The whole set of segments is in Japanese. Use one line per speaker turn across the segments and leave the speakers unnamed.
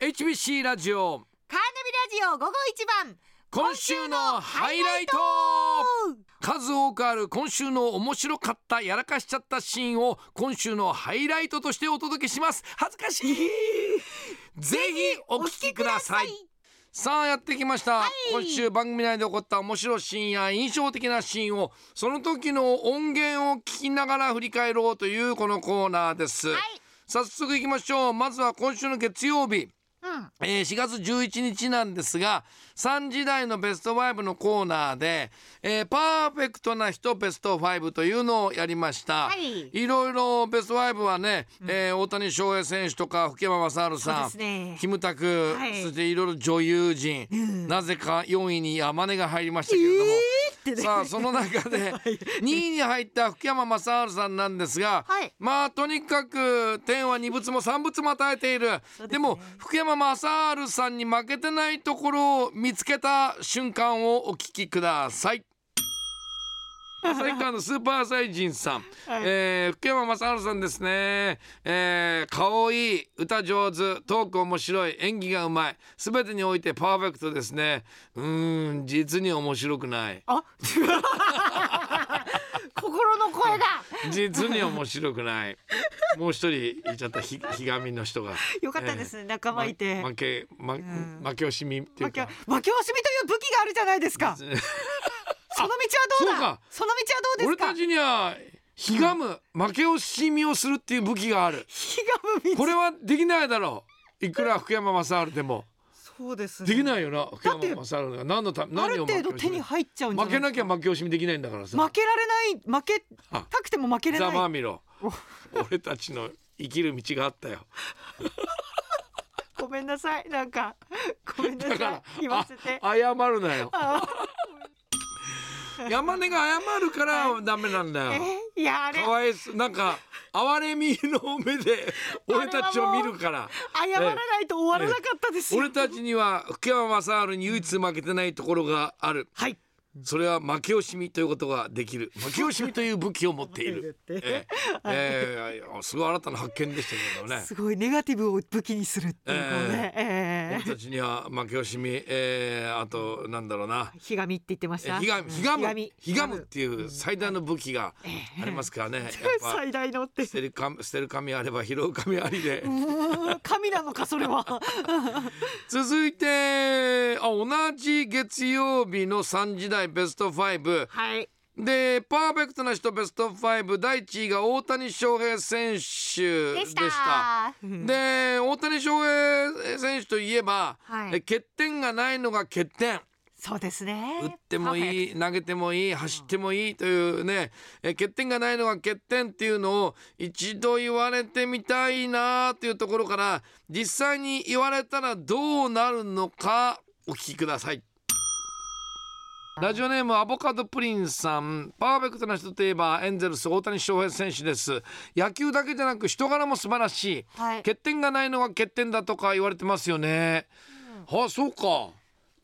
HBC ラジオ
カーナビラジオ午後一番
今週のハイライト数多くある今週の面白かったやらかしちゃったシーンを今週のハイライトとしてお届けします恥ずかしい ぜひお聞きくださいさあやってきました、
はい
今週番組内で起こった面白いシーンや印象的なシーンをその時の音源を聞きながら振り返ろうというこのコーナーです、
はい
早速いきましょうまずは今週の月曜日
うん
えー4月11日なんですが3時台のベスト5のコーナーで、えーパーフェクトな人ベスト5というのをやりました、
はい
ろいろベスト5はね、えー大谷翔平選手とか福山雅治
そう
さ
で
ん、
すね
キムタク、
はい
そしていろいろ女優陣、なぜか4位に天音が入りましたけれども、
えーってね
さあその中 で2位に入った福山雅治さんなんですが、
はい
まあとにかく天は二物も三物も与えているで,、
うですね
も福山雅治さんに負けてないところを見つけた瞬間をお聞きくださ い。旭川のスーパーサイジンさん、
はい
えー福山雅治さんですね、えー顔いい歌上手トーク面白い演技がうまい全てにおいてパーフェクトですねうーん実に面白くない
あ心の声が
実に面白くないもう一人いちゃったひひがみの人が
よかったですね仲間いて
ま負け、ま
ん
負け惜しみっていう
負け
か
負け惜しみという武器があるじゃないですかその道はどう
そうか
だその道はどう
俺
ですか
たちにはひがむ負け惜しみをするっていう武器がある
火が無味
これはできないだろういくら福山雅治でも
そうですね
できないよな福山
だ
雅治が何のため
あ
何
る
を負け
程
惜
度
し
手
み
に入っちゃうんじゃ
負
な
け
い
な
で
きゃ
すか
負け惜しみできないんだからさ
負けられない負け
あ
たくても負けれな
ザ・
い
マーミロ
お
俺たちの生きる道があったよ
ごめんなさいな んかごめんな
だ
さ
か
い
ら
言わ せて
あ謝るなよ
あ
山根が謝るからダメなんだよ、
えいやあれ
かわいそうなんか哀れみの目で俺たちを見るから
謝らないと終わらなかったですよ、
俺たちには福山雅治に唯一負けてないところがある
はい
それは負け惜しみということができる負け惜しみという武器を持ってい る
持ってい
ええ
る
ええすごい新たな発見でしたけどね
すごいネガティブを武器にするっていうこうね、え
俺
え
たちには負け惜しみ、ええあとなんだろうな
ひがみって言ってまし
え
た
ひがひが
ひが
む
み
ひがむっていう最大の武器がありますからねやっ ぱ
最大のって
捨てるか捨てる紙あれば拾う紙ありで
うーん神なのかそ れは
続いてあ同じ月曜日の3時台ベスト5
はい
でパーフェクトな人ベスト5第1位が大谷翔平選手でした。で大谷翔平選手といえば、
はい
え欠点がないのが欠点
そうですね
打っても
パーフェク
いい投げてもいい走ってもいいというねえ欠点がないのが欠点っていうのを一度言われてみたいなというところから実際に言われたらどうなるのかお聞きください。ラジオネームアボカドプリンさんパーフェクトな人といえばエンゼルス大谷翔平選手です野球だけじゃなく人柄も素晴らしい
トはい
欠点がないのが欠点だとか言われてますよね、あそうか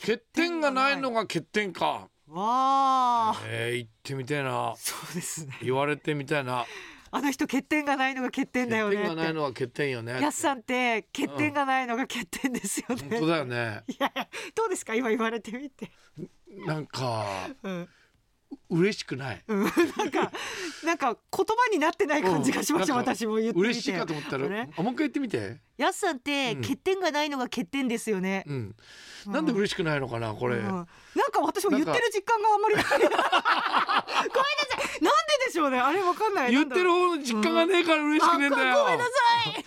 欠点がないのが欠点か
わあ
えー、行ってみたいな
そうですね
言われてみたいな
あの人欠点がないのが欠点だよ
欠
ねっ
点
て
がないのが欠点よね
やすさんって欠点がないのが欠点ですよね、
本当だよね
いやいやどうですか今言われてみて
なんか
うん
嬉しくない
うん なんか、なんか言葉になってない感じがしました、
うん
私も言ってみて。
嬉しいかと思ったら、
ね
あもう一回言ってみて
やすさんって
うん
欠点がないのが欠点ですよね。
うんなんで嬉しくないのかなこれ、
うんなんか私も言ってる実感があんまりない。ごめんなさい。なんででしょうね。あれわかんない。
言ってる方の実感がねえから嬉し
な
く
ん
ねえ
だ
ん
ろ
だ
う。
よ
あごめんなさい。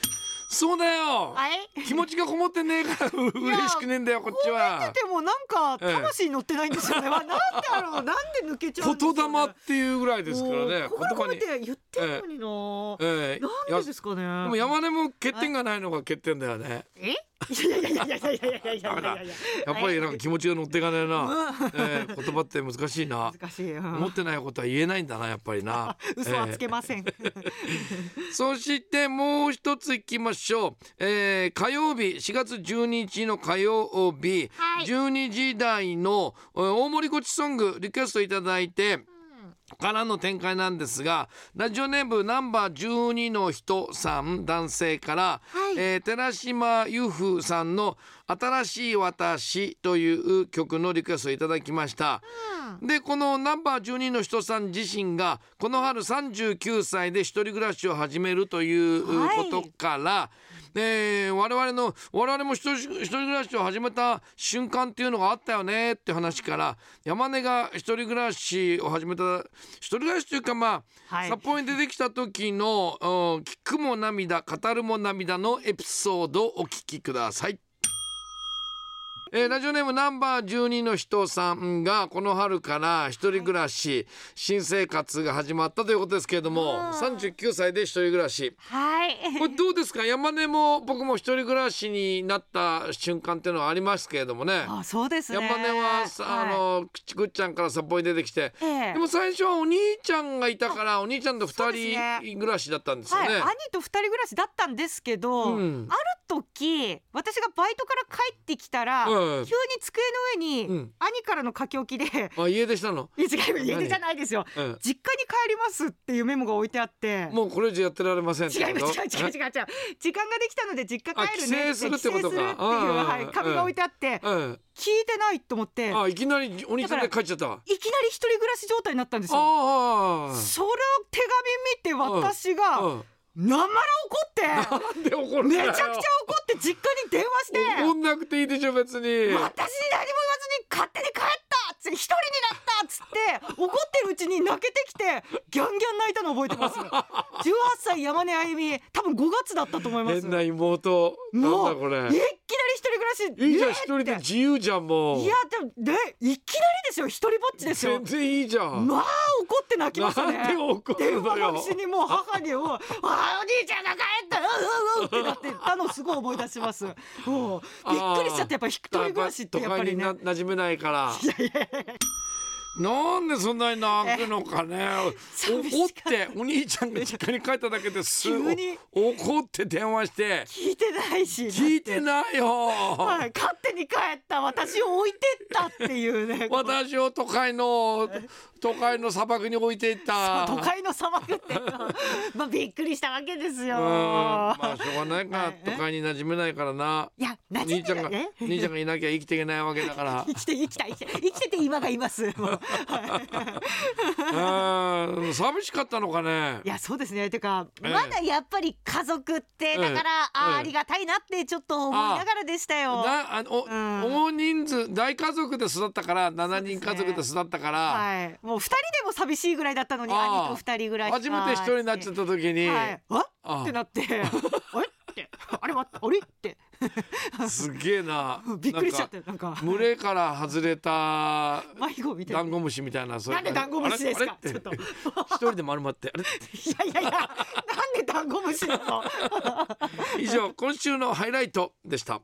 そうだよ
はい。
気持ちがこもってねえから嬉しくねえんだよこっちは
でもなんか
ええ
魂乗ってないんですよね。なんだろう。なんで抜けちゃう
言
んでしょうね。
霊っていうぐらいですからね
もう心込め
に
て言ってるのにな。
ええ
なん
や
でですかね。
でも山根も欠点がないのが欠点だよね
え？いやいやいやいやいやいやいやいやいやいやいや。
やっぱりなんか気持ちが乗っていかないな、ええ言葉って難しい な
難しいよ。
思ってないことは言えないんだなやっぱりな
嘘はつけ
え
ません。
えそしてもう一ついきましょう、ええ火曜日4月12日の火曜日、
はい
12時台のえー大森こちソングリクエストいただいて、からの展開なんですがラジオネームナンバー12の人さん男性から、
はい
えー寺島由布さんの「新しい私」という曲のリクエストをいただきました。でこのナンバー12の人さん自身がこの春39歳で一人暮らしを始めるという
はい
ことから、えー我々の我々も一人一人暮らしを始めた瞬間っていうのがあったよねって話から山根が一人暮らしを始めた一人暮らしというかまあ、
はい
札幌に出てきた時のうん聞くも涙語るも涙のエピソードをお聞きください。えーラジオネームナンバー12の人さんがこの春から一人暮らし、新生活が始まったということですけれども
あー
39歳で一人暮らし
はい
これどうですか山根も僕も一人暮らしになった瞬間っていうのはありますけれどもね
あそうですね
山根はさ、
い
あのくちぐっちゃんから札幌に出てきて、
ええ
でも最初はお兄ちゃんがいたからお兄ちゃんと
そうです
二
ね
人暮らしだったんですよ
はい、
ね。
兄と二人暮らしだったんですけど、
うん
ある時私がバイトから帰ってきたら、
うん
急に机の上に、
うん
兄からの書き置きで 「
あ家出したの、
いや違う家出じゃないですよ
うん
実家に帰ります」っていうメモが置いてあって。
もうこれ以上やってられませんって
違いま
こ
す
と
違う違う違う違う時間ができたので実家帰るね
あ帰省するってことか
帰省するっていう、
うん
はい、紙が置いてあって
うん
聞いてないと思っていきな
あいきなりお兄ちゃんで帰っちゃったわ。
り一人暮らし状態になったんですよ
ああ
それを手紙見て私が
うん
なまら怒って
なんで怒るん
め
だ
ちゃ
よ
くちゃ怒って実家に電話して
怒んなくていいでしょ別
私に
に
何も言わずに勝手に帰ったっつって一人になったっつって怒ってるうちに泣けてきてギャンギャン泣いたの覚えてます18歳山根あゆみ多分5月だったと思います
変な妹なんだこ
い
れ
きなり一人暮らし
いいじゃん
ね
一人で
って
自由じゃんもう
いやでもねいきなりですよ一人ぼっちですよ
全然いいじゃん
まあ怒って泣きましたね
なんで怒る
電
の
話
よ
越しにもう母にもう「あーお兄ちゃんが帰ったうううう」ってなってたのをすごい思い出しますもうびっくりしちゃってやっぱ一人暮らしってやっぱりね
都会にな馴染めないからなんでそんなに泣くのかね
寂
怒っ
しか
てお兄ちゃんが実家に帰っただけです
急に
お怒って電話して
聞いてないし
聞いてない よ、
はい、勝手に帰った私を置いてったっていう ねこう
私を都会の都会の砂漠に置いていった
都会の砂漠ってい うのはまあびっくりしたわけですよ
うんまあしょうがないか、
はい
都会に馴染めないからない
や馴染
兄
ん
ちゃ
で
んが
ないね
兄ちゃんがいなきゃ生きていけないわけだから
生きて生きた生きた生きてて今がいます もう
うん寂しかったのかね
いやそうですねてか、
ええ
まだやっぱり家族ってだから、あー
ええ
ありがたいなってちょっと思いながらでしたよ。
なあの、
うん
大人数大家族で育ったから7人家族で育ったから、
はい、もう二人でも寂しいぐらいだったのに
あー
兄と二人ぐらい
初めて一人になっちゃった時に、
はい、
あ
あってな ってあれってあれ待ってあれって
すげえな
びっくりしちゃっ
なん
てなんか
か群れから外れた
迷子みた
ダ
い
ン
な。
ゴムシみたいなそうい
な
うん
でダンゴムシですか
あれ
ち
あれ
ょっと
って
い
一人で丸まってあれ
やいやいやなんでダンゴムシなの
以上今週のハイライトでした